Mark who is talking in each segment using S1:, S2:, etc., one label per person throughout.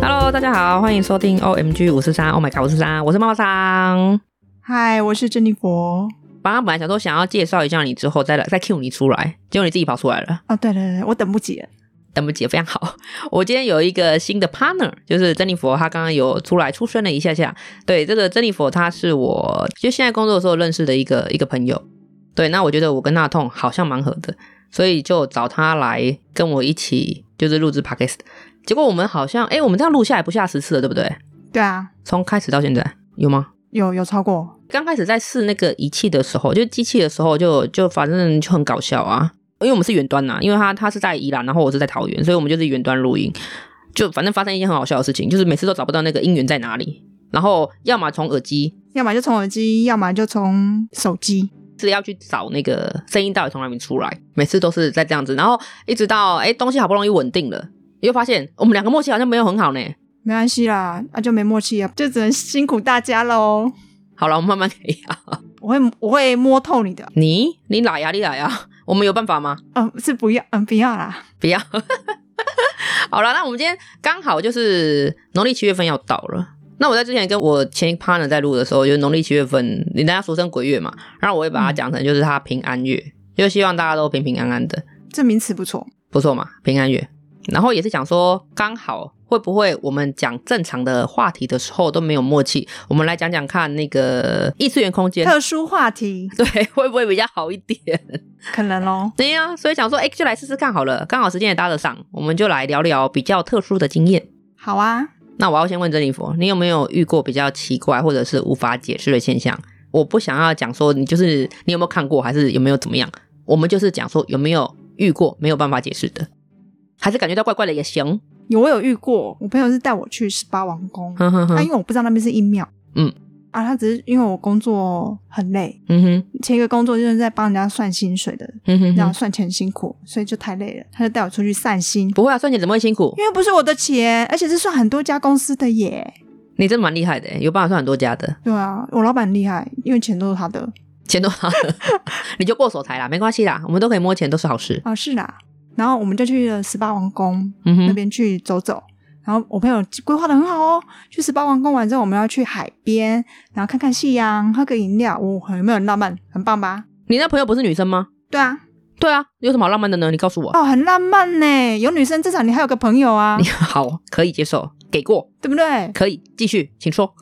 S1: Hello，大家好，欢迎收听 OMG 五四三，Oh my god 五四三，我是猫猫桑。
S2: 嗨，我是珍妮佛。
S1: 本来本来想说想要介绍一下你之后再来再 Q 你出来，结果你自己跑出来了，
S2: 哦，对对对，我等不及了。
S1: 等不及，非常好。 我今天有一个新的 partner，就是珍妮佛，她刚刚有出来出声了一下下。对，这个珍妮佛她是我就现在工作的时候认识的一个一个朋友。对，那我觉得我跟娜痛好像蛮合的，所以就找她来跟我一起就是录制 podcast。结果我们好像，哎，我们这样录下来不下十次了，对不对？
S2: 对啊，
S1: 从开始到现在有吗？
S2: 有有超过，
S1: 刚开始在试那个仪器的时候，就机器的时候就，就反正就很搞笑啊，因为我们是远端呐、因为他他是在宜兰，然后我是在桃园，所以我们就是远端录音，就反正发生一件很好笑的事情，就是每次都找不到那个音源在哪里，然后要么从耳机
S2: 要么就从耳机，要么就从手机。
S1: 是要去找那个声音到底从哪里出来，每次都是在这样子，然后一直到哎东西好不容易稳定了，又发现我们两个默契好像没有很好呢。
S2: 没关系啦，那、就没默契啊，就只能辛苦大家喽。
S1: 好了，我们慢慢给啊，
S2: 我会我会摸透你的，
S1: 你你来啊呀、你来呀、我们有办法吗？
S2: 嗯，是不要，嗯，不要啦。
S1: 不要。 好了，那我们今天刚好就是农历七月份要到了。那我在之前跟我前一 partner 在录的时候，就是农历七月份，人家俗称鬼月嘛，然后我会把它讲成就是它平安月，就希望大家都平平安安的，
S2: 这名词不错，
S1: 不错嘛，平安月。然后也是讲说，刚好会不会我们讲正常的话题的时候都没有默契，我们来讲讲看那个异次元空间，
S2: 特殊话题
S1: 对，会不会比较好一点？
S2: 可能咯。
S1: 对呀、所以想说，哎、就来试试看好了，刚好时间也搭得上，我们就来聊聊比较特殊的经验。
S2: 好啊，
S1: 那我要先问珍妮佛，你有没有遇过比较奇怪或者是无法解释的现象？我不想要讲说你就是你有没有看过，还是有没有怎么样，我们就是讲说有没有遇过没有办法解释的，还是感觉到怪怪的也行。
S2: 有我有遇过，嗯我朋友是带我去十八王宫，
S1: 哼哼
S2: 他、
S1: 哼，
S2: 因为我不知道那边是阴庙，
S1: 嗯，
S2: 啊，他只是因为我工作很累，
S1: 嗯哼，
S2: 前一个工作就是在帮人家算薪水的，
S1: 嗯哼
S2: 这样
S1: 哼，
S2: 算钱很辛苦，所以就太累了，他就带我出去散心，
S1: 不会啊，赚钱怎么会辛苦？
S2: 因为不是我的钱，而且是算很多家公司的耶。
S1: 你真的蛮厉害的，有办法赚很多家的，
S2: 对啊，我老板很厉害，因为钱都是他的
S1: 钱都拿了， 你就过手财啦，没关系啦，我们都可以摸钱，都是好事。
S2: 啊，是啦。然后我们就去了十八王宫
S1: 嗯
S2: 那
S1: 哼，
S2: 边去走走。然后我朋友规划的很好哦，去十八王宫完之后，我们要去海边，然后看看夕阳，喝个饮料，哦，有没有很浪漫？很棒吧？
S1: 你那朋友不是女生吗？
S2: 对啊，
S1: 对啊，有什么好浪漫的呢？你告诉我。
S2: 哦，很浪漫呢。有女生，至少你还有个朋友啊
S1: 你， 好，可以接受，给过，
S2: 对不对？
S1: 可以继续，请说。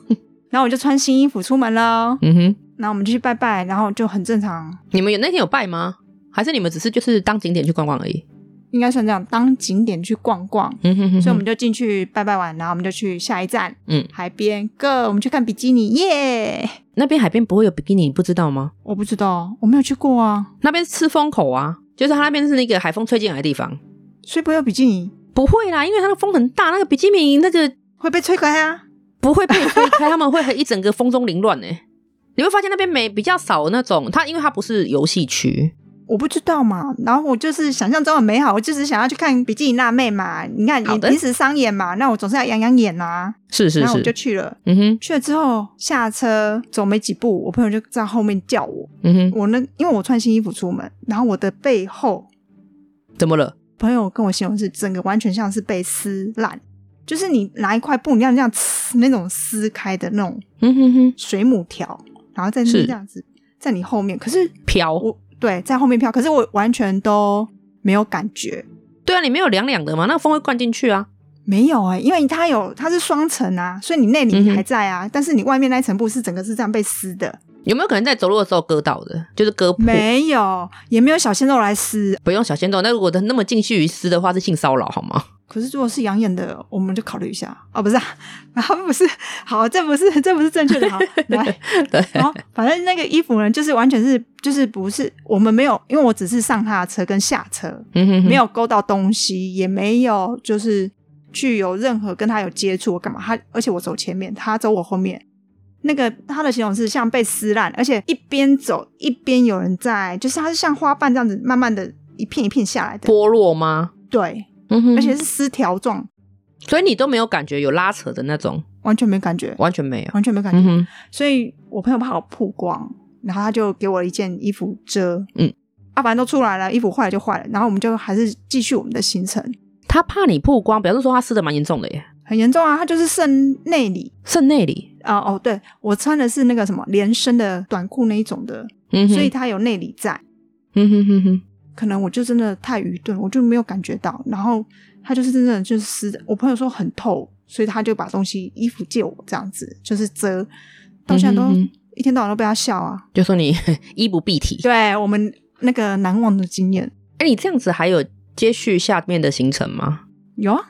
S2: 然后我就穿新衣服出门喽。
S1: 嗯哼，
S2: 然后我们就去拜拜，然后就很正常，
S1: 你们有那天有拜吗？还是你们只是就是当景点去逛逛而已？
S2: 应该算这样，当景点去逛逛。
S1: 嗯哼哼
S2: 所以我
S1: 哼，
S2: 们就进去拜拜完，然后我们就去下一站，
S1: 嗯，
S2: 海边 go，我们去看比基尼耶。
S1: 那边海边不会有比基尼，你不知道吗？
S2: 我不知道，我没有去过啊，
S1: 那边是吃风口啊，就是它那边是那个海风吹进来的地方。
S2: 所以不会有比基尼
S1: 不会啦，因为它的风很大，那个比基尼那个
S2: 会被吹开啊。
S1: 不会被推开，他们会一整个风中凌乱呢、 你会发现那边没比较少那种，它因为它不是游戏区，
S2: 我不知道嘛，然后我就是想象中很美好，我就是想要去看比基尼辣妹嘛。你看，
S1: 好
S2: 你
S1: 的
S2: 平时商演嘛，那我总是要养养眼啊。
S1: 是是，
S2: 然后我就是去了，
S1: 嗯哼
S2: 去了之后下车走没几步，我朋友就在后面叫我，
S1: 嗯哼，
S2: 我那因为我穿新衣服出门，然后我的背后
S1: 怎么了？
S2: 朋友跟我形容是整个完全像是被撕烂，就是你拿一块布，你要这样撕那种撕开的那种
S1: 嗯哼哼，
S2: 水母条，然后在那
S1: 是
S2: 边这样子在你后面，可是
S1: 飘。
S2: 我对在后面飘，可是我完全都没有感觉，
S1: 对啊，你没有凉凉的嘛，那个风会灌进去啊。
S2: 没有哎、因为它有它是双层啊，所以你内
S1: 嗯
S2: 里
S1: 哼
S2: 还在啊，但是你外面那一层布是整个是这样被撕的，
S1: 有没有可能在走路的时候割到的？就是割破，
S2: 没有也没有小鲜肉来撕，
S1: 不用小鲜肉。那如果那么近距离撕的话，是性骚扰好吗？
S2: 可是如果是养眼的，我们就考虑一下哦，不是、啊， 啊不是，好，这不是 这不是正确的，好来。
S1: 对，
S2: 然后反正那个衣服呢，就是完全是就是不是我们没有，因为我只是上他的车跟下车，
S1: 嗯哼哼
S2: 没有勾到东西，也没有就是去有任何跟他有接触，我干嘛？他而且我走前面，他走我后面。那个他的形容是像被撕烂，而且一边走一边有人在，就是它是像花瓣这样子，慢慢的一片一片下来的，
S1: 剥落吗？
S2: 对，
S1: 嗯哼，
S2: 而且是丝条状，
S1: 所以你都没有感觉有拉扯的那种，
S2: 完全没感觉，
S1: 完全没有。
S2: 完全没感觉
S1: 嗯。哼，
S2: 所以我朋友怕我曝光，然后他就给我一件衣服遮，
S1: 嗯，
S2: 啊，反正都出来了，衣服坏了就坏了，然后我们就还是继续我们的行程，
S1: 他怕你曝光，表示说他撕的蛮严重的耶。
S2: 很严重啊，他就是剩内里
S1: 圣内里，
S2: 啊、哦，对我穿的是那个什么连身的短裤那一种的，
S1: 嗯哼，
S2: 所以它有内里在。
S1: 嗯哼哼哼，
S2: 可能我就真的太愚钝，我就没有感觉到。然后他就是真的就是湿的，我朋友说很透，所以他就把东西衣服借我这样子，就是遮，到现在都、
S1: 嗯哼哼
S2: 一天到晚都被他笑啊。
S1: 就说你 衣不蔽体。
S2: 对我们那个难忘的经验
S1: 哎，你这样子还有接续下面的行程吗？
S2: 有啊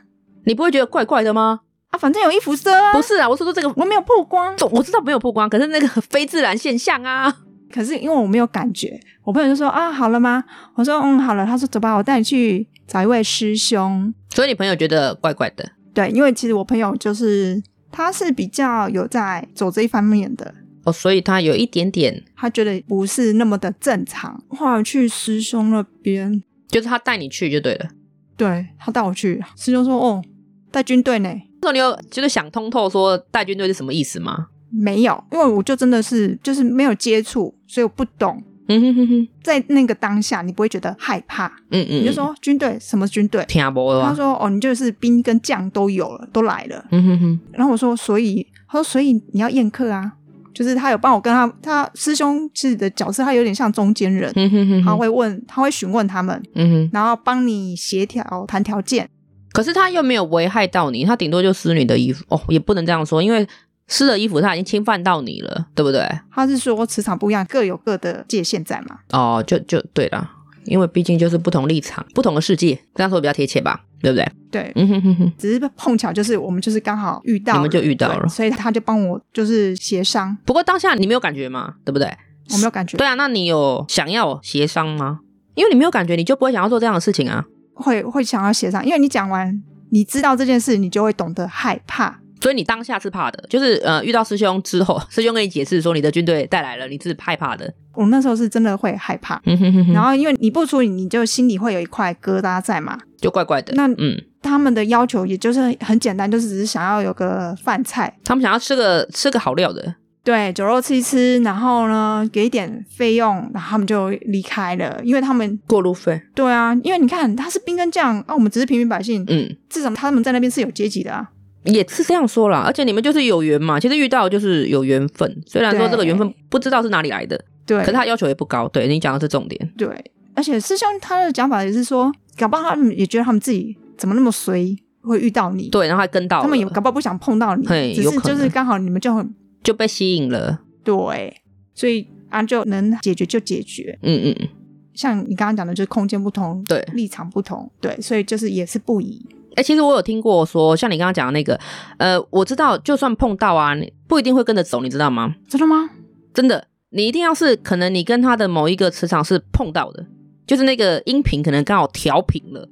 S1: 你不会觉得怪怪的吗？
S2: 啊，反正有衣服遮啊
S1: 不，是啊，我是说这个，
S2: 我没有曝光，
S1: 总我知道没有曝光，可是那个非自然现象啊，
S2: 可是因为我没有感觉，我朋友就说啊，好了吗？我说嗯，好了。他说走吧，我带你去找一位师兄。
S1: 所以你朋友觉得怪怪的
S2: 对，因为其实我朋友就是他是比较有在走这一方面的，
S1: 哦，所以他有一点点，
S2: 他觉得不是那么的正常。后来去师兄那边，
S1: 就是他带你去就对了。
S2: 对他带我去，师兄说哦，带军队呢。
S1: 那时候你有就是想通透说带军队是什么意思吗？
S2: 没有，因为我就真的是就是没有接触，所以我不懂。
S1: 嗯哼哼哼，
S2: 在那个当下，你不会觉得害怕，
S1: 嗯嗯，啊
S2: 你就说军队什么军队？
S1: 听阿伯的
S2: 他
S1: 话，
S2: 说哦，你就是兵跟将都有了，都来了。
S1: 嗯哼哼，
S2: 然后我说，所以他说，所以你要宴客啊，就是他有帮我跟他他师兄自己的角色，他有点像中间人，
S1: 嗯哼哼
S2: 他
S1: 哼，
S2: 会问，他会询问他们，
S1: 嗯哼。
S2: 然后帮你协调谈条件。
S1: 可是他又没有危害到你，他顶多就撕你的衣服哦，也不能这样说，因为撕了衣服他已经侵犯到你了，对不对？
S2: 他是说磁场不一样，各有各的界限在嘛？
S1: 哦，就就对啦，因为毕竟就是不同立场、不同的世界，这样说比较贴切吧，对不对？
S2: 对，
S1: 嗯哼哼哼，
S2: 只是碰巧就是我们就是刚好遇到了，
S1: 你们就遇到了
S2: 对所以他就帮我就是协商，
S1: 不过当下你没有感觉嘛，对不对？
S2: 我没有感觉
S1: 对啊，那你有想要协商吗？因为你没有感觉，你就不会想要做这样的事情啊。
S2: 会会想要协商，因为你讲完，你知道这件事，你就会懂得害怕。
S1: 所以你当下是怕的，就是呃，遇到师兄之后， 师兄跟你解释说你的军队带来了，你是害怕 的。
S2: 我那时候是真的会害怕。
S1: 嗯哼哼哼，
S2: 然后因为你不处理，你就心里会有一块疙瘩在嘛。
S1: 就怪怪的。
S2: 那
S1: 嗯，
S2: 他们的要求也就是很简单，就是只是想要有个饭菜，
S1: 他们想要吃个吃个好料的，
S2: 对，酒肉吃一吃，然后呢给一点费用，然后他们就离开了。因为他们
S1: 过路费。
S2: 对啊，因为你看他是兵跟将啊，我们只是平民百姓，
S1: 嗯，
S2: 至少他们在那边是有阶级的啊。
S1: 也是这样说啦，而且你们就是有缘嘛，其实遇到就是有缘分。虽然说
S2: 对
S1: 这个缘分不知道是哪里来的，
S2: 对
S1: 可是他要求也不高。对你讲的是重点，
S2: 对，而且师兄他的讲法也是说，搞不好他们也觉得他们自己怎么那么随会遇到你，
S1: 对，然后还跟到了
S2: 他们也搞不好不想碰到你
S1: 嘿，
S2: 只
S1: 有
S2: 是
S1: 可
S2: 就是
S1: 能
S2: 刚好你们就很
S1: 就被吸引了。
S2: 对，所以啊就能解决就解决。
S1: 嗯嗯嗯，
S2: 像你刚刚讲的，就是空间不同，
S1: 对
S2: 立场不同，对，所以就是也是不宜。
S1: 哎、其实我有听过说，像你刚刚讲的那个，呃，我知道，就算碰到啊，你不一定会跟着走，你知道吗？
S2: 真的吗？
S1: 真的，你一定要是可能你跟他的某一个磁场是碰到的，就是那个音频可能刚好调频了，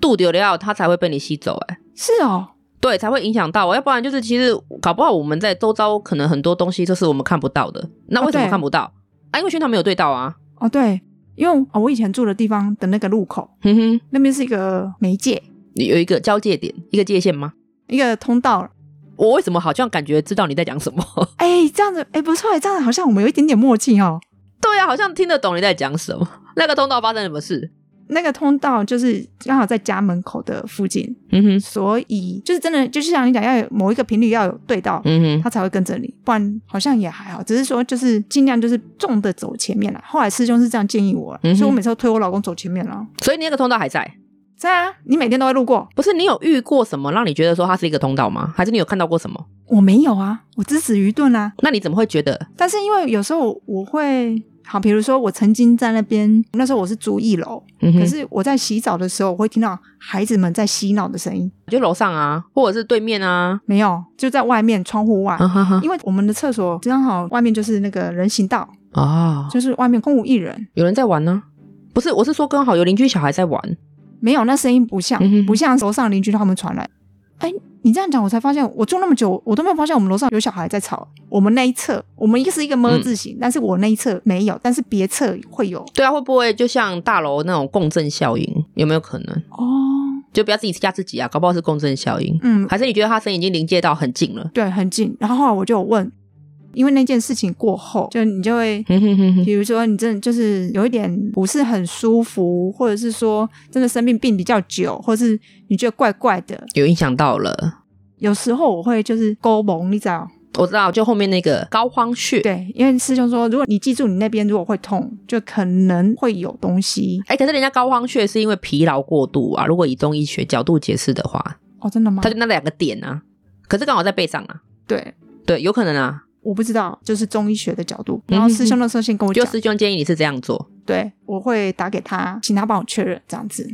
S1: 度丢了，他才会被你吸走、哎。
S2: 是哦，
S1: 对，才会影响到我。要不然就是，其实搞不好我们在周遭可能很多东西都是我们看不到的。那为什
S2: 哦
S1: 么
S2: 对
S1: 看不到？啊，因为宣传没有对到啊。
S2: 哦对，因为、哦、我以前住的地方的那个路口
S1: 哼哼，
S2: 那边是一个呃媒介，
S1: 有一个交界点，一个界限吗？
S2: 一个通道。
S1: 我为什么好像感觉知道你在讲什么？
S2: 哎，这样子，哎，不错，这样子好像我们有一点点默契哦。
S1: 对啊，好像听得懂你在讲什么。 那个通道发生什么事？
S2: 那个通道就是刚好在家门口的附近，
S1: 嗯哼，
S2: 所以就是真的，就是像你讲，要有某一个频率要有对到，
S1: 嗯哼，
S2: 他才会跟着你，不然好像也还好。只是说，就是尽量就是重的走前面啦。后来师兄是这样建议我啦，啊
S1: 嗯哼
S2: 所以我每次都推我老公走前面了。
S1: 所以你那个通道还在？
S2: 在啊，你每天都会路过，
S1: 不是你有遇过什么让你觉得说它是一个通道吗？还是你有看到过什么？
S2: 我没有啊，我支持愚钝啊。
S1: 那你怎么会觉得？
S2: 但是因为有时候我会，好，比如说我曾经在那边，那时候我是住一楼，
S1: 嗯
S2: 可
S1: 哼，
S2: 是我在洗澡的时候，我会听到孩子们在嬉闹的声音，
S1: 就楼上啊，或者是对面啊，
S2: 没有，就在外面窗户外。
S1: 啊 哈哈
S2: 因为我们的厕所刚好外面就是那个人行道，
S1: 啊，
S2: 就是外面空无一人，
S1: 有人在玩呢、不是，我是说刚好有邻居小孩在玩。
S2: 没有，那声音不像，
S1: 嗯哼
S2: 不像楼上邻居他们传来。哎，你这样讲，我才发现，我住那么久，我都没有发现我们楼上有小孩在吵。我们那一侧，我们一个是一个么字
S1: 嗯
S2: 形，但是我那一侧没有，但是别侧会有。
S1: 对啊，会不会就像大楼那种共振效应？有没有可能？
S2: 哦，
S1: 就不要自己吓自己啊，搞不好是共振效应。
S2: 嗯，
S1: 还是你觉得他声音已经临界到很近了？
S2: 对，很近。然后后来我就有问，因为那件事情过后，就你就会。
S1: 嗯哼哼哼哼
S2: 比如说，你真的就是有一点不是很舒服，或者是说真的生病病比较久，或是你觉得怪怪的，
S1: 有影响到了。
S2: 有时候我会就是勾蒙，你知道？
S1: 我知道，就后面那个膏肓穴。
S2: 对，因为师兄说，如果你记住你那边如果会痛，就可能会有东西。
S1: 哎、可是人家膏肓穴是因为疲劳过度啊。如果以中医学角度解释的话，
S2: 哦，真的吗
S1: 它？就那两个点啊，可是刚好在背上啊。
S2: 对，
S1: 对，有可能啊。
S2: 我不知道，就是中医学的角度。
S1: 嗯
S2: 然后师兄那时候先跟我
S1: 就
S2: 讲，
S1: 师兄建议你是这样做，
S2: 对，我会打给他，请他帮我确认这样子。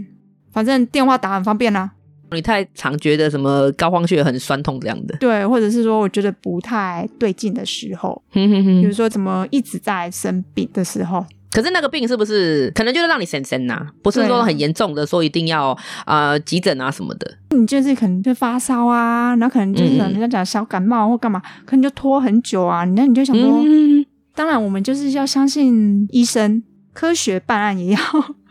S2: 反正电话打很方便啦、啊
S1: 你太常觉得什么膏肓穴很酸痛这样的。
S2: 对，或者是说我觉得不太对劲的时候，
S1: 哼哼
S2: 比如
S1: 哼。
S2: 说怎么一直在生病的时候，
S1: 可是那个病是不是可能就是让你神神呐？不是
S2: 对
S1: 说
S2: 啊
S1: 很严重的，说一定要呃急诊啊什么的。
S2: 你就是可能就发烧啊，然后可能就是
S1: 嗯嗯
S2: 人家讲小感冒或干嘛，可能就拖很久啊，那你就想说，
S1: 嗯，
S2: 当然我们就是要相信医生，科学办案也要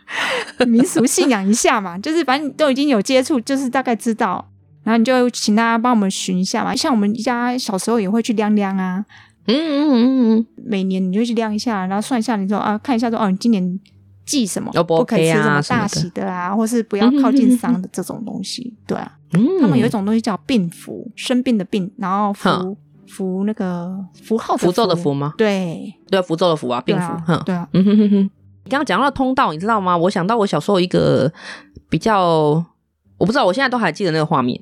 S2: 民俗信仰一下嘛，就是反正你都已经有接触，就是大概知道。然后你就请大家帮我们寻一下嘛，像我们家小时候也会去量量啊，
S1: 嗯嗯嗯嗯
S2: 每年你就去量一下，然后算一下，你说啊，看一下说哦，你今年忌什么，
S1: 要不
S2: 可以
S1: OK
S2: 吃
S1: 啊什
S2: 什么
S1: 么
S2: 大
S1: 的
S2: 喜的啊，或是不要靠近伤的这种东西，对啊。
S1: 嗯，
S2: 他们有一种东西叫病符，生病的病，然后符
S1: 哼
S2: 符那个符号
S1: 符咒的符
S2: 符，
S1: 吗？
S2: 对，
S1: 对，符咒的符啊，
S2: 对
S1: 病符。哼、
S2: 啊，对啊，
S1: 嗯哼哼哼，你刚刚讲到通道，你知道吗？我想到我小时候一个比较，我不知道，我现在都还记得那个画面，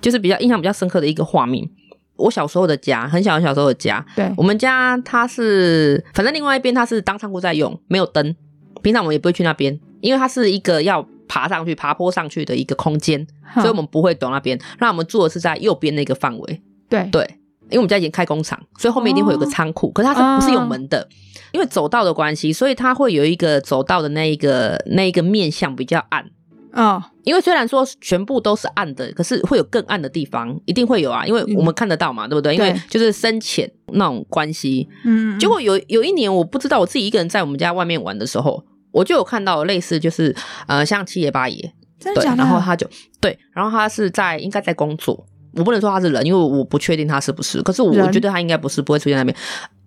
S1: 就是比较印象比较深刻的一个画面。我小时候的家，很小很小时候的家，
S2: 对
S1: 我，们家它是，反正另外一边它是当仓库在用，没有灯，平常我们也不会去那边，因为它是一个要爬上去、爬坡上去的一个空间，所以我
S2: 哼
S1: 们不会走那边。那我们住的是在右边那个范围，
S2: 对
S1: 对，因为我们家以前开工厂，所以后面一定会有个
S2: 哦
S1: 仓库，可是它是不是有门的？因为走道的关系，所以它会有一个走道的那一个那一个面向比较暗。
S2: 嗯，
S1: 因为虽然说全部都是暗的，可是会有更暗的地方，一定会有啊，因为我们看得到嘛，对不对？因为
S2: 嗯对
S1: 就是深浅那种关系。
S2: 嗯，
S1: 结果有有一年，我不知道我自己一个人在我们家外面玩的时候，我就有看到类似就是呃像七爷八爷，
S2: 嗯真的
S1: 对，
S2: 假的？
S1: 然后他就对，然后他是在应该在工作，我不能说他是人，因为我不确定他是不是，可是我
S2: 人
S1: 觉得他应该不是，不会出现在那边。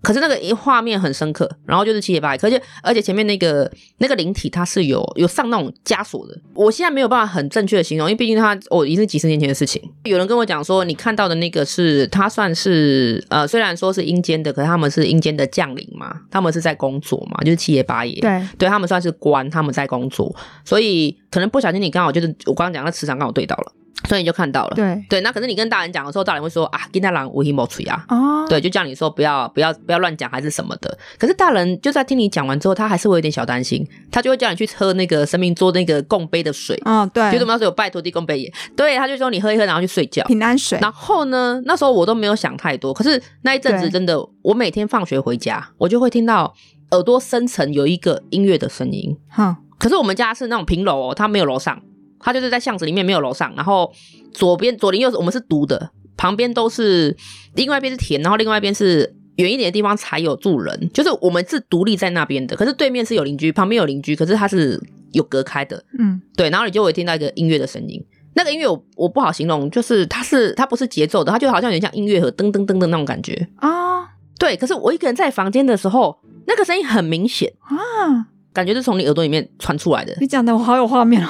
S1: 可是那个一画面很深刻，然后就是七爷八爷，而且而且前面那个那个灵体它是有有上那种枷锁的，我现在没有办法很正确的形容，因为毕竟它哦已经是几十年前的事情。有人跟我讲说，你看到的那个是他算是呃虽然说是阴间的，可是他们是阴间的降临嘛，他们是在工作嘛，就是七爷八爷。
S2: 对，
S1: 对他们算是官，他们在工作，所以可能不小心你刚好就是我刚刚讲的磁场刚好对到了，所以你就看到了。
S2: 对，
S1: 那可是你跟大人讲的时候，大人会说啊，跟大人无一毛吹啊，
S2: 啊，
S1: 对，就叫你说不要不要不要乱讲还是什么的。可是大人就在听你讲完之后，他还是会有点小担心，他就会叫你去喝那个生命做那个供杯的水，
S2: 嗯，对，
S1: 就这么说有拜托地供杯也，对，他就说你喝一喝然后去睡觉。
S2: 平安水，
S1: 然后呢，那时候我都没有想太多，可是那一阵子
S2: 对
S1: 真的，我每天放学回家，我就会听到耳朵深层有一个音乐的声音。
S2: 哼，
S1: 可是我们家是那种平楼哦，它没有楼上，它就是在巷子里面没有楼上，然后左边左邻右舍我们是独的，旁边都是另外一边是田，然后另外一边是。远一点的地方才有住人，就是我们是独立在那边的，可是对面是有邻居，旁边有邻居，可是它是有隔开的，
S2: 嗯，
S1: 对，然后你就会听到一个音乐的声音，那个音乐我我不好形容，就是它是它不是节奏的，它就好像有点像音乐盒噔噔噔的那种感觉，
S2: 啊
S1: 对，可是我一个人在房间的时候，那个声音很明显，
S2: 啊，
S1: 感觉是从你耳朵里面传出来的，
S2: 你讲的我好有画面哦，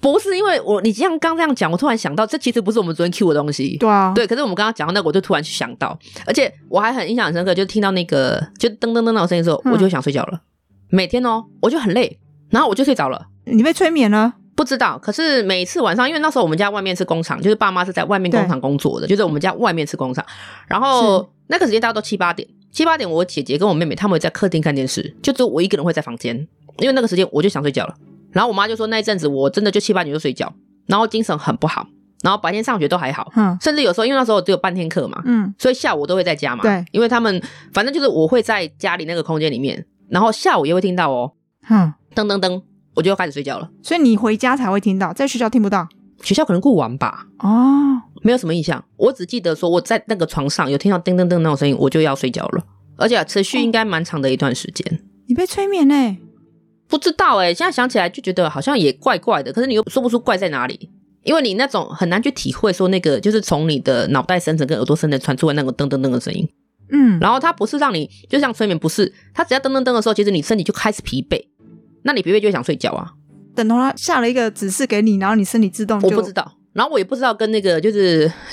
S1: 不是因为我你这样刚这样讲，我突然想到，这其实不是我们昨天 Q 的东西。
S2: 对啊，
S1: 对，可是我们刚刚讲到那个，我就突然想到，而且我还很印象很深刻，就听到那个就噔噔噔那种声音的时候，
S2: 嗯
S1: 我就想睡觉了。每天哦，我就很累，然后我就睡着了。
S2: 你被催眠了，
S1: 不知道，可是每次晚上，因为那时候我们家外面是工厂，就是爸妈是在外面工厂工作的，就是我们家外面是工厂。然
S2: 是
S1: 后那个时间大概都七八点，七八点我姐姐跟我妹妹她们会在客厅看电视，就只有我一个人会在房间，因为那个时间我就想睡觉了。然后我妈就说那一阵子我真的就七八点就睡觉，然后精神很不好，然后白天上学都还好，
S2: 哼，
S1: 甚至有时候因为那时候只有半天课嘛，
S2: 嗯，
S1: 所以下午我都会在家嘛。
S2: 对，
S1: 因为他们反正就是我会在家里那个空间里面，然后下午也会听到哦，
S2: 哼，
S1: 噔噔噔，我就要开始睡觉了。
S2: 所以你回家才会听到，在学校听不到
S1: 学校可能顾完吧，
S2: 哦，
S1: 没有什么印象。我只记得说我在那个床上有听到噔噔噔那种声音，我就要睡觉了，而且持续应该蛮长的一段时间。
S2: 你被催眠嘞，
S1: 不知道哎、现在想起来就觉得好像也怪怪的，可是你又说不出怪在哪里，因为你那种很难去体会说那个就是从你的脑袋深层跟耳朵深层传出来那个噔噔噔的声音。
S2: 嗯，
S1: 然后它不是让你就像催眠，不是，它只要噔噔噔的时候，其实你身体就开始疲惫，那你疲惫就会想睡觉啊。
S2: 等同他下了一个指示给你，然后你身体自动
S1: 我
S2: 就
S1: 不知道，然后我也不知道跟那个就是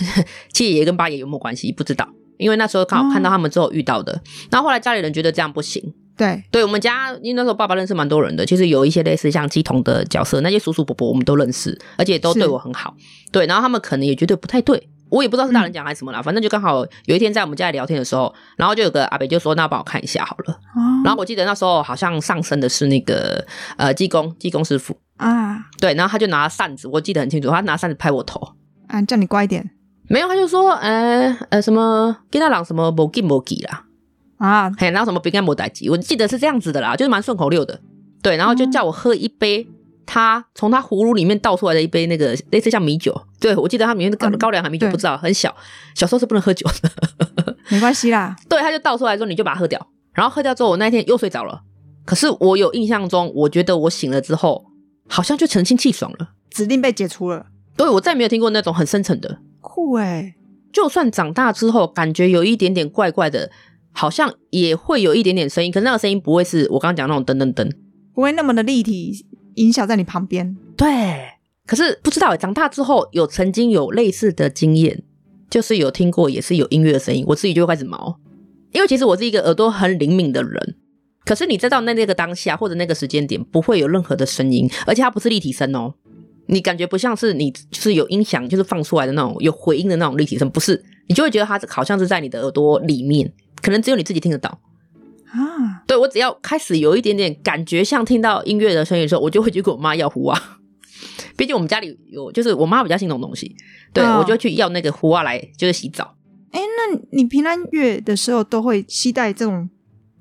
S1: 七爷爷跟八爷有没有关系，不知道，因为那时候
S2: 哦
S1: 刚好看到他们之后遇到的。然后后来家里人觉得这样不行，
S2: 对，
S1: 对我们家，因为那时候爸爸认识蛮多人的，其实有一些类似像鸡童的角色，那些叔叔伯伯我们都认识，而且都
S2: 是
S1: 对我很好。对，然后他们可能也觉得不太对，我也不知道是大
S2: 嗯
S1: 人讲还是什么啦，反正就刚好有一天在我们家里聊天的时候，然后就有个阿北就说：“那帮我看一下好了。”
S2: 哦
S1: 然后我记得那时候好像上身的是那个呃济公，济公师傅。
S2: 啊
S1: 对，然后他就拿扇子，我记得很清楚，他拿扇子拍我头。
S2: 啊，叫你乖一点
S1: 没有，他就说，呃呃，什么跟他朗什么某 g 某 g 啦，
S2: 啊，
S1: 嘿，然后什么饼干摩打鸡，我记得是这样子的啦，就是蛮顺口溜的。对，然后就叫我喝一杯，他从他葫芦里面倒出来的一杯那个类似像米酒，对我记得它里面的高
S2: 嗯
S1: 高粱还米酒
S2: 对
S1: 不知道，很小，小时候是不能喝酒的。
S2: 没关系啦，
S1: 对，他就倒出来之后你就把它喝掉，然后喝掉之后我那一天又睡着了，可是我有印象中，我觉得我醒了之后好像就神清气爽了。
S2: 指定被解除了，
S1: 对我再也没有听过那种很深沉的，
S2: 酷哎、
S1: 就算长大之后感觉有一点点怪怪的，好像也会有一点点声音，可是那个声音不会是我刚刚讲的那种噔噔噔。
S2: 不会那么的立体，影响在你旁边。
S1: 对，可是不知道欸长大之后有曾经有类似的经验，就是有听过也是有音乐的声音，我自己就会开始毛，因为其实我是一个耳朵很灵敏的人。可是你知道，那那个当下或者那个时间点，不会有任何的声音，而且它不是立体声哦，你感觉不像是你就是有音响，就是放出来的那种有回音的那种立体声，不是，你就会觉得它好像是在你的耳朵里面，可能只有你自己听得到。
S2: 啊，
S1: 对我只要开始有一点点感觉像听到音乐的声音的时候，我就会去跟我妈要壶啊。 毕竟我们家里有，就是我妈比较信这种东西，对、
S2: 嗯
S1: 我就会去要那个壶啊来，就是洗澡
S2: 哎、那你平安月的时候都会期待这种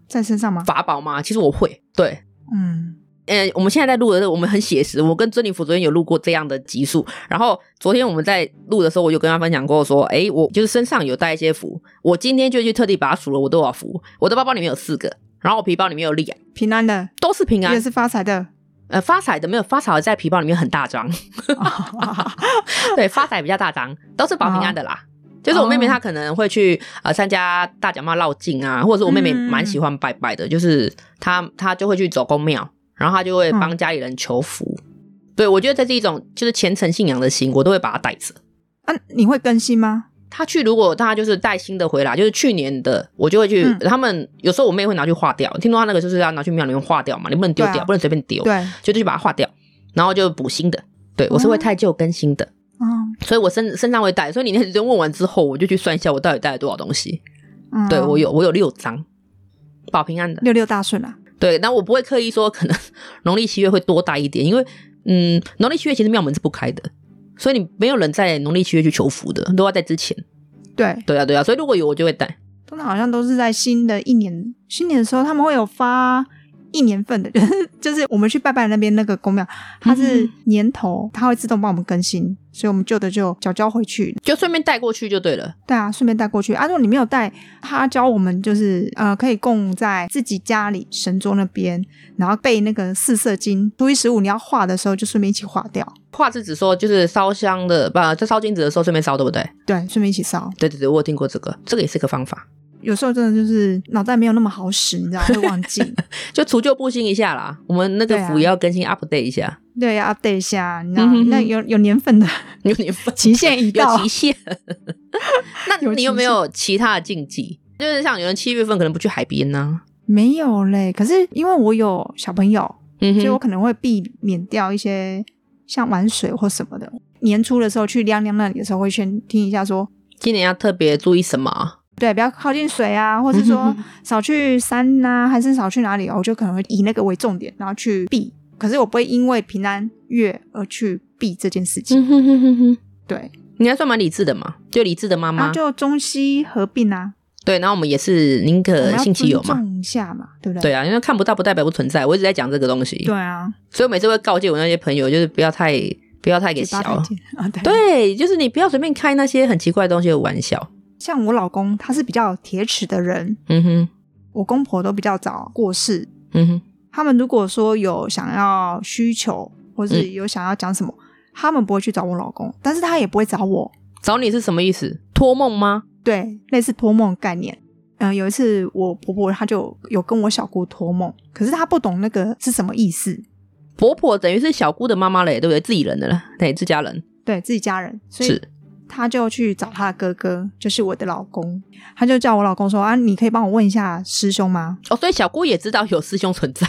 S2: 在身上吗？
S1: 法宝嘛。其实我会，对，
S2: 嗯，
S1: 呃，我们现在在录的，我们很写实。我跟珍妮弗昨天有录过这样的集数，然后昨天我们在录的时候，我就跟她分享过说，诶，我就是身上有带一些符，我今天就去特地把它数了我多少符，我的包包里面有四个，然后我皮包里面有两，
S2: 平安的，
S1: 都是平
S2: 也
S1: 安，
S2: 是发财 的。
S1: 呃，发财的没有发财的在皮包里面很大张。
S2: 哦
S1: 对，发财比较大张，都是保平安的啦。就是我妹妹她可能会去呃参加大甲妈绕境啊，或者是我妹妹
S2: 嗯
S1: 蛮喜欢拜拜的，就是她她就会去走公庙，然后她就会
S2: 嗯
S1: 帮家里人求福。对我觉得这是一种就是虔诚信仰的心，我都会把它带着。
S2: 啊，你会更新吗？
S1: 她去如果她就是带新的回来，就是去年的，我就会去。
S2: 嗯
S1: 他们有时候我妹会拿去化掉，听说她那个就是要拿去庙里面化掉嘛，你不能丢掉，
S2: 对啊
S1: 不能随便丢，
S2: 对，
S1: 就就去把它化掉，然后就补新的。对我是
S2: 哦
S1: 会太旧更新的。
S2: 嗯，
S1: 所以我身身上会带。所以你那时间问完之后，我就去算一下我到底带了多少东西。
S2: 嗯
S1: 对我有我有六张保平安的，
S2: 六六大顺啊。
S1: 对，但我不会刻意说可能农历七月会多带一点，因为嗯，农历七月其实庙门是不开的。所以你没有人在农历七月去求福的，都要在之前。
S2: 对，
S1: 对啊，对啊，所以如果有我就会带。
S2: 通常好像都是在新的一年新年的时候，他们会有发一年份的， 就是就是我们去拜拜那边那个公庙，它是
S1: 嗯
S2: 年头，它会自动帮我们更新，所以我们旧的就缴交回去。
S1: 就顺便带过去就对了。
S2: 对啊，顺便带过去啊。如果你没有带，他教我们就是呃，可以供在自己家里神桌那边，然后背那个四色经，初一十五你要画的时候就顺便一起画掉，
S1: 画是指说就是烧香的，不，在烧金纸的时候顺便烧，对不对？
S2: 对，顺便一起烧。
S1: 对对对，我有听过这个，这个也是个方法，
S2: 有时候真的就是脑袋没有那么好使，你知道会 忘记。
S1: 就除旧布新一下啦。我们那个
S2: 对啊
S1: 符也要更新 update 一 下，
S2: 对，要 update 一下，你知道、
S1: 嗯哼哼
S2: 那有有年份的
S1: 有点分
S2: 期限已到
S1: 有极限。 那
S2: 有
S1: 你有没有其他的禁忌？就是像有人七月份可能不去海边呢、
S2: 没有嘞。可是因为我有小朋友，
S1: 嗯
S2: 所以我
S1: 哼，
S2: 可能会避免掉一些像玩水或什么的。年初的时候去亮亮那里的时候，会先听一下说，
S1: 今年要特别注意什么啊？
S2: 对，不要靠近水啊，或是说
S1: 嗯哼
S2: 少去山呐、还是少去哪里，我就可能会以那个为重点，然后去避。可是我不会因为平安月而去避这件事情，
S1: 嗯哼哼哼哼，
S2: 对，
S1: 你还算蛮理智的嘛，就理智的妈
S2: 然
S1: 妈。
S2: 后就中西合并啊，
S1: 对，然后我们也是宁
S2: 我们
S1: 可
S2: 要
S1: 信呃其有
S2: 尊
S1: 嘛。
S2: 重一下嘛，对不对？
S1: 对啊，因为看不到不代表不存在，我一直在讲这个东西，
S2: 对啊，
S1: 所以我每次会告诫我那些朋友，就是不要太不要太给
S2: 嘴
S1: 小
S2: 巴太尖啊，对。
S1: 对，就是你不要随便开那些很奇怪的东西的玩笑。
S2: 像我老公，他是比较铁齿的人，
S1: 嗯哼，
S2: 我公婆都比较早过世。
S1: 嗯哼，
S2: 他们如果说有想要需求，或是
S1: 嗯
S2: 有想要讲什么，他们不会去找我老公，但是他也不会找我。
S1: 找你是什么意思？托梦吗？
S2: 对，类似托梦概念。嗯、有一次我婆婆她就有跟我小姑托梦，可是她不懂那个是什么意思。
S1: 哎婆婆等于是小姑的妈妈嘞，对不对？自己人的了，对，自家人。
S2: 对自己家人，所以
S1: 是
S2: 他就去找他哥哥，就是我的老公，他就叫我老公说啊，你可以帮我问一下师兄吗？
S1: 哦，所以小姑也知道有师兄存在，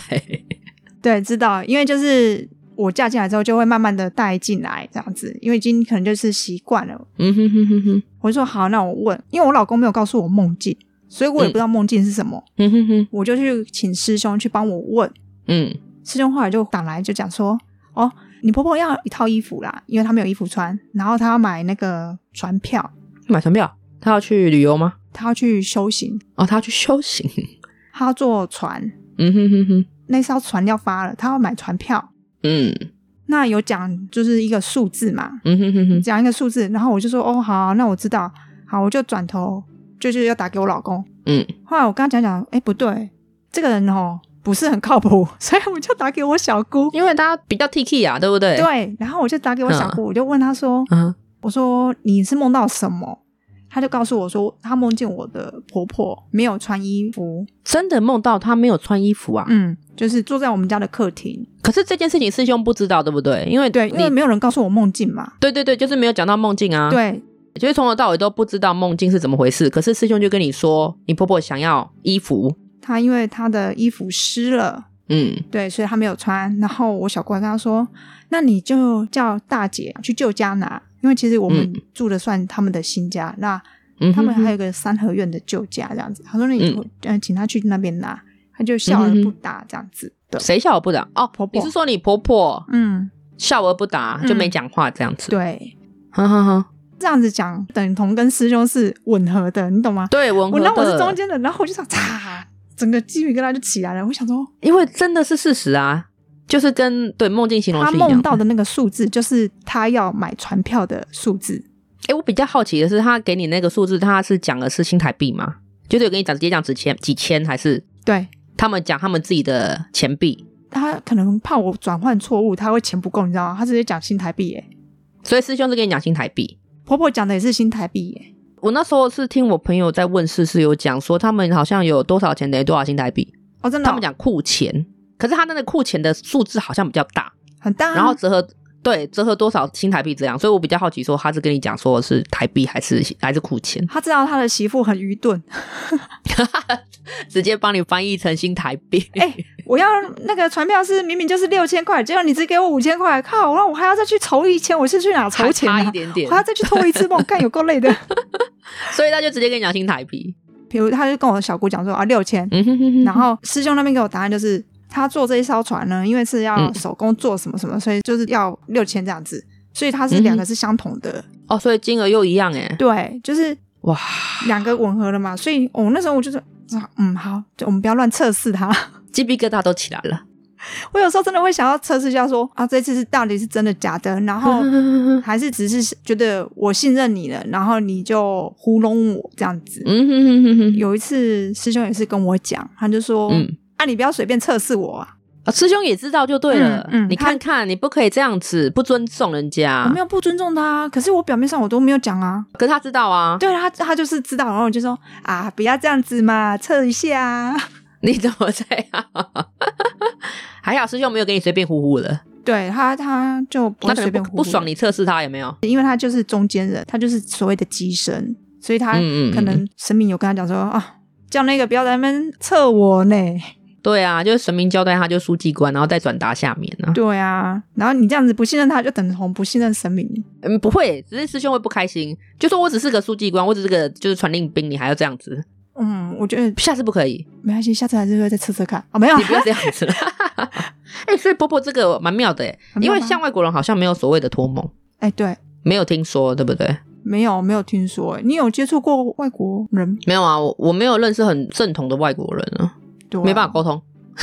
S2: 对，知道，因为就是我嫁进来之后，就会慢慢的带进来这样子，因为已经可能就是习惯了。
S1: 嗯哼哼哼哼，
S2: 我就说好，那我问，因为我老公没有告诉我梦境，所以我也不知道梦境是什么，
S1: 嗯哼哼，
S2: 我就去请师兄去帮我问。
S1: 嗯，
S2: 师兄后来就打来就讲说，哦，你婆婆要一套衣服啦，因为她没有衣服穿，然后她要买那个船票，
S1: 买船票，他要去旅游吗？
S2: 她要去修行，
S1: 哦，他要去修行，
S2: 她要坐船，
S1: 嗯哼哼哼，
S2: 那艘船要发了，她要买船票。
S1: 嗯
S2: 那有讲就是一个数字嘛，
S1: 嗯哼哼哼，
S2: 讲一个数字，然后我就说哦好，那我知道，好，我就转头就是要打给我老公。
S1: 嗯，
S2: 后来我跟他讲讲，哎不对，这个人哦不是很靠谱， 所以我就打给我小姑。
S1: 因为大家比较 T K 啊，对不对？，
S2: 对，然后我就打给我小姑，我就问她说，
S1: 嗯
S2: 我说你是梦到什么？她就告诉我说，她梦见我的婆婆没有穿衣服，
S1: 真的梦到他没有穿衣服啊。
S2: 嗯，就是坐在我们家的客厅。
S1: 可是这件事情师兄不知道，对不对？因为
S2: 对，
S1: 你
S2: 因为没有人告诉我梦境嘛。
S1: 对对对，就是没有讲到梦境啊。，
S2: 对，
S1: 就是从头到尾都不知道梦境是怎么回事。可是师兄就跟你说，你婆婆想要衣服，
S2: 她因为她的衣服湿了，
S1: 嗯
S2: 对，所以她没有穿。然后我小姑还跟她说：“那你就叫大姐去舅家拿，因为其实我们
S1: 嗯
S2: 住的算他们的新家，那
S1: 嗯哼哼，
S2: 他们还有一个三合院的舅家这样子。”她说：“那你
S1: 嗯
S2: 嗯，请她去那边拿。”她就笑而
S1: 嗯哼
S2: 不
S1: 哼
S2: 答这样子。对，
S1: 谁笑而不答？哦，
S2: 婆婆
S1: 你是说你婆婆
S2: 嗯，
S1: 笑而不答
S2: 嗯
S1: 就没讲话这样子？
S2: 对，
S1: 哈哈哈，
S2: 这样子讲等同跟师兄是吻合的，你懂吗？
S1: 对，文和
S2: 我
S1: 的
S2: 那我是中，间的，然后我就想，嚓，整个鸡皮疙瘩就起来了。我想说，
S1: 因为真的是事实啊，就是跟对梦境形容
S2: 他
S1: 是一样
S2: 梦到的那个数字就是他要买船票的数字。
S1: 哎，我比较好奇的是，他给你那个数字，他是讲的是新台币吗？就是有跟你讲直接讲几千几千，还是
S2: 对
S1: 他们讲他们自己的钱币？
S2: 他可能怕我转换错误，他会钱不够，你知道吗？他直接讲新台币耶、
S1: 所以师兄是跟你讲新台币。
S2: 婆婆讲的也是新台币耶、
S1: 我那时候是听我朋友在问世是有讲说，他们好像有多少钱等于多少新台币，
S2: 哦，真的哦、
S1: 他们讲库钱，可是他那个库钱的数字好像比较大，
S2: 很大啊、
S1: 然后折合对折合多少新台币这样，所以我比较好奇说他是跟你讲说是台币还是还是库钱，
S2: 他知道他的媳妇很愚钝，
S1: 直接帮你翻译成新台 币。
S2: 哎、我要那个船票是明明就是六千块，结果你只给我五千块，靠！那我还要再去筹一千，我是去哪筹
S1: 还
S2: 钱
S1: 差
S2: 啊
S1: 一？点点
S2: 我还，要再去托一次梦，干有 够累的。
S1: 所以他就直接跟你讲新台币。
S2: 比如他就跟我小姑讲说啊六千，
S1: 嗯哼哼哼，
S2: 然后师兄那边给我答案就是他做这一艘船呢，因为是要
S1: 嗯
S2: 手工做什么什么，所以就是要六千这样子，所以它是两
S1: 嗯
S2: 个是相同的，
S1: 哦，所以金额又一样哎，
S2: 对，就是
S1: 哇，
S2: 两个吻合了嘛，所以我、那时候我就是啊嗯好，就我们不要乱测试它。
S1: 鸡皮疙瘩都起来 了。
S2: 我有时候真的会想要测试一下说啊这次是到底是真的假的，
S1: 嗯
S2: 然后还是只是觉得我信任你了，然后你就糊弄我这样子。
S1: 嗯哼哼哼哼，
S2: 有一次师兄也是跟我讲，他就说、
S1: 嗯。
S2: 啊你不要随便测试我啊。
S1: 啊，师兄也知道就对了。
S2: 嗯嗯
S1: 你
S2: 他
S1: 看看，你不可以这样子，不尊重人
S2: 我
S1: 家
S2: 没。有不尊重他啊，可是我表面上我都没有讲啊。
S1: 可是他知道啊，
S2: 对他，他就是知道，然后我就说啊，不要这样子嘛，测一下啊。
S1: 你怎么这样？ 还好师兄没有给你随便呼呼的，
S2: 对他，他就
S1: 那
S2: 不
S1: 可
S2: 会随
S1: 能
S2: 便
S1: 不不爽
S2: 你，
S1: 你测试他有没有？
S2: 因为他就是中间人，他就是所谓的机身，所以他
S1: 嗯嗯嗯
S2: 可能神明有跟他讲说啊，叫那个不要在那边测我呢。
S1: 对啊，就是神明交代他就书记官，然后再转达下面啊。
S2: 对啊，然后你这样子不信任他，就等同不信任神明。
S1: 嗯，不会，只是师兄会不开心，就说我只是个书记官，我只是个就是传令兵，你还要这样子，
S2: 嗯，我觉得
S1: 下次不可 以，
S2: 没关系，下次还是会再测测看。哦，没有
S1: 你，不要这样子了。 哎、所以婆婆这个蛮妙的哎，
S2: 很
S1: 因
S2: 妙吗
S1: 为像外国人好像没有所谓的托梦，
S2: 哎，对，
S1: 没有听说，对不对？
S2: 没有没有听说，欸你有接触过外国人？
S1: 没有啊，我我没有认识很正统的外国人啊，
S2: 对啊，
S1: 没办法沟通。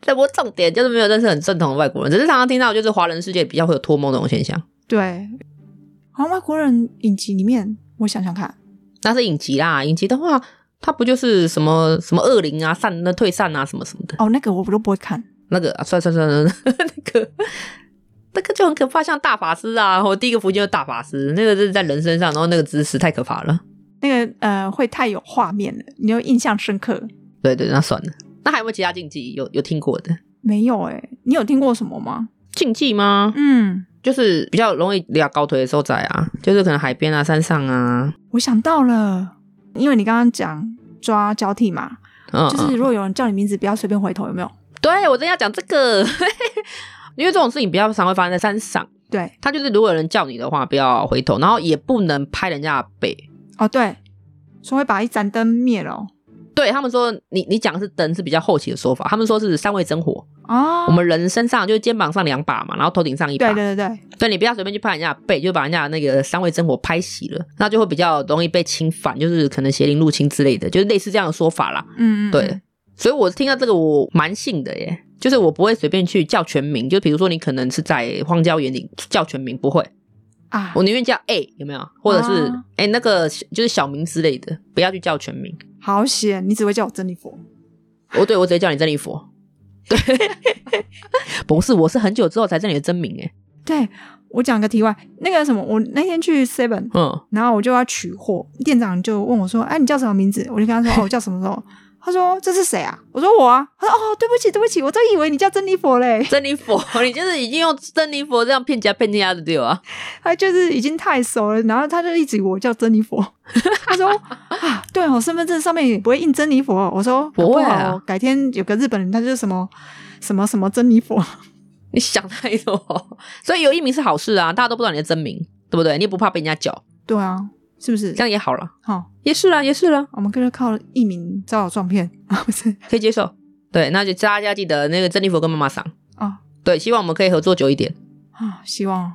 S1: 这波重点就是没有认识很正统的外国人，只是常常听到就是华人世界比较会有托梦这种现象。
S2: 对，好像外国人影集里面，我想想看，
S1: 那是影集啦，影集的话，它不就是什么什么恶灵啊、散那退散啊什么什么的，
S2: 哦，那个我都不会看。
S1: 那个、啊、算算 算算，那个那个就很可怕，像大法师啊，我第一个福建就是大法师，那个是在人身上，然后那个姿势太可怕了。
S2: 那个呃，会太有画面了，你就印象深刻。
S1: 对对，那算了。那还有没有其他禁忌有有听过的
S2: 欸没有哎、你有听过什么吗？
S1: 禁忌吗？
S2: 嗯，
S1: 就是比较容易俩高腿的时候在啊，就是可能海边啊、山上啊，
S2: 我想到了，因为你刚刚讲抓交替嘛，
S1: 嗯，
S2: 就是如果有人叫你名字，不要随便回头，有没有？
S1: 对我真要讲这个， 因为这种事情比较常会发生在山上。
S2: 对，
S1: 他就是如果有人叫你的话，不要回头，然后也不能拍人家的背。
S2: 哦对，说会把一盏灯灭了哦。
S1: 对他们说，你你讲的是灯是比较后期的说法，他们说是三味真火。
S2: 哦，
S1: 我们人身上就是肩膀上两把嘛，然后头顶上一把。
S2: 对对对对，
S1: 对你不要随便去拍人家的背，就把人家的那个三味真火拍熄了，那就会比较容易被侵犯，就是可能邪灵入侵之类的，就是类似这样的说法啦。
S2: 嗯，嗯
S1: 对，，所以我听到这个我蛮信的耶，就是我不会随便去叫全名，就比如说你可能是在荒郊野岭叫全名，不会，
S2: 啊，
S1: 我宁愿叫 A 有没有，或者是哎、
S2: 啊
S1: 诶那个就是小名之类的，不要去叫全名。
S2: 好险，你只会叫我珍妮佛。
S1: 哦，对我直接叫你珍妮佛，对， 不是，我是很久之后才知道你的真名哎，
S2: 对我讲个题外，那个什么，我那天去 Seven，
S1: 嗯，
S2: 然后我就要取货，店长就问我说：“哎、你叫什么名字？”我就跟他说：“哦，我叫什么什么。”他说：“这是谁啊？”我说：“我啊。”他说：“哦，对不起，对不起，我真以为你叫珍妮佛嘞。
S1: 珍妮佛， 你就是已经用珍妮佛这样骗家骗家的对吧？”
S2: 他就是已经太熟了，然后他就一直以为我叫珍妮佛。他说：“啊，对哦，身份证上面也不会印珍妮佛哦。”我说：“
S1: 不会啊
S2: 搞好改天有个日本人，他就是什么什么什么珍妮佛。
S1: 你想太多，所以有一名是好事啊，大家都不知道你的真名，对不对？你也不怕被人家叫，”
S2: 对啊，是不是
S1: 这？样也好了，
S2: 好、
S1: 也是啦，也是啦。
S2: 我们跟着靠艺名招摇撞骗啊， 不是
S1: 可以接受。对，那就大家记得那个珍妮佛跟妈妈桑。
S2: 哦
S1: 对，希望我们可以合作久一点。
S2: 啊，希望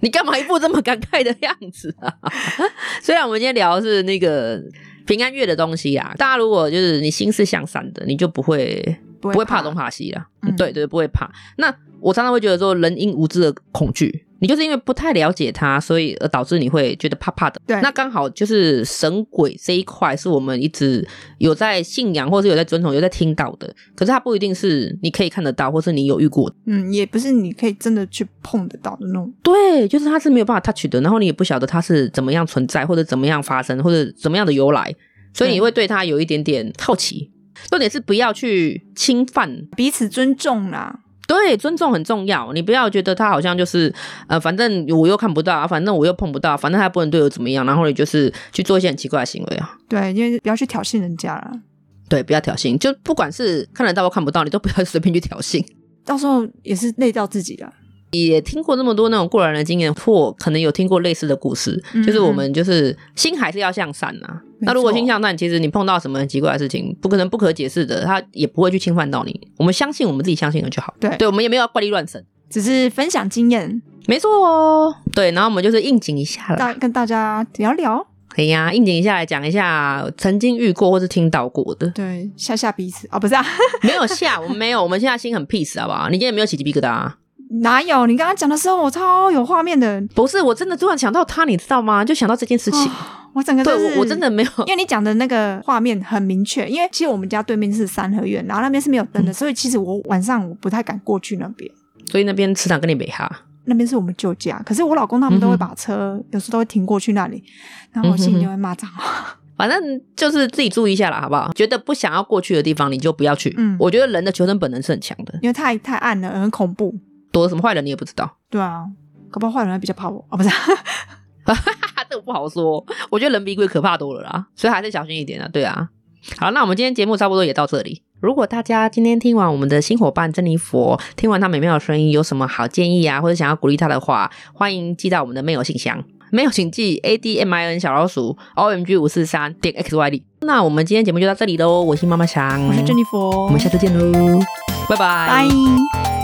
S1: 你干嘛一副这么感慨的样子啊？ 虽然我们今天聊的是那个平安月的东西啊，大家如果就是你心是向善的，你就不会不
S2: 不会
S1: 会怕东
S2: 东
S1: 怕西啦。
S2: 嗯
S1: 对对，不会怕。那我常常会觉得说，人因无知而恐惧，你就是因为不太了解它，所以而导致你会觉得怕怕的。
S2: 对
S1: 那刚好就是神鬼这一块是我们一直有在信仰，或是有在尊崇、有在听到的，可是它不一定是你可以看得到，或是你有遇过的。
S2: 嗯，也不是你可以真的去碰得到的那种。
S1: 对，就是它是没有办法 touch 的，然后你也不晓得它是怎么样存在，或者怎么样发生，或者怎么样的由来，所以你
S2: 对
S1: 会对它有一点点好奇。重点是不要去侵犯
S2: 彼此尊重啦，
S1: 对，尊重很重要。你不要觉得他好像就是呃，反正我又看不到啊，反正我又碰不到，反正他不能对我怎么样，然后你就是去做一些很奇怪的行为啊。
S2: 对，因为不要去挑衅人家啦。
S1: 对，不要挑衅，就不管是看得到或看不到，你都不要 随便去挑衅。
S2: 到时候也是累到自己了。
S1: 也听过那么多那种过来人的经验，或可能有听过类似的故事，
S2: 嗯
S1: 就是我们就是心还是要向善呐、啊。
S2: 没
S1: 那如果
S2: 错
S1: 心向善，其实你碰到什么很奇怪的事情，不可能不可解释的，他也不会去侵犯到你。我们相信我们自己相信了就好。
S2: 对
S1: 对我们也没有要怪力乱神。
S2: 只是分享经验，
S1: 没错哦，对，然后我们就是应景一下啦。
S2: 大跟大家聊聊，，
S1: 可以呀，应景一下来讲一下曾经遇过或是听到过的
S2: 对，吓吓彼此哦，不是啊，
S1: 没有吓，我们没有，我们现在心很 peace 好不好？你今天有没有起鸡皮疙瘩、啊？
S2: 哪有？你刚刚讲的时候，我超有画面的，
S1: 不是，我真的突然想到他，你知道吗？就想到这件事情，
S2: 啊我整个
S1: 对
S2: 就是
S1: 我我真的。没有，
S2: 因为你讲的那个画面很明确，因为其实我们家对面是三合院，然后那边是没有
S1: 嗯
S2: 灯的，所以其实我晚上我不太敢过去那边。
S1: 所以那边磁场跟你没哈，
S2: 那边是我们旧家，可是我老公他们都
S1: 嗯
S2: 会把车、有时候都会停过去那里，然后我心里就会骂脏
S1: 嗯
S2: 话。
S1: 反正就是自己注意一下啦，好不好？觉得不想要过去的地方，你就不要去。
S2: 嗯
S1: 我觉得人的求生本能是很强的，
S2: 因为太太暗了，很恐怖。
S1: 躲什么坏人你也不知道，
S2: 对啊，搞不好坏人还比较怕我哦，不是、
S1: 这个不好说。我觉得人比鬼可怕多了啦，所以还是小心一点啊。对啊，好，那我们今天节目差不多也到这里。如果大家今天听完我们的新伙伴珍妮佛，听完她美妙的声音，有什么好建议啊，或者想要鼓励她的话，欢迎寄到我们的 mail 信箱。mail 请寄 a d m i n 小老鼠 o m g 五四三点 x y d。那我们今天嗯节目就到这里喽，我是妈妈想，
S2: 我是珍妮佛，
S1: 我们下次见喽，拜拜
S2: 拜。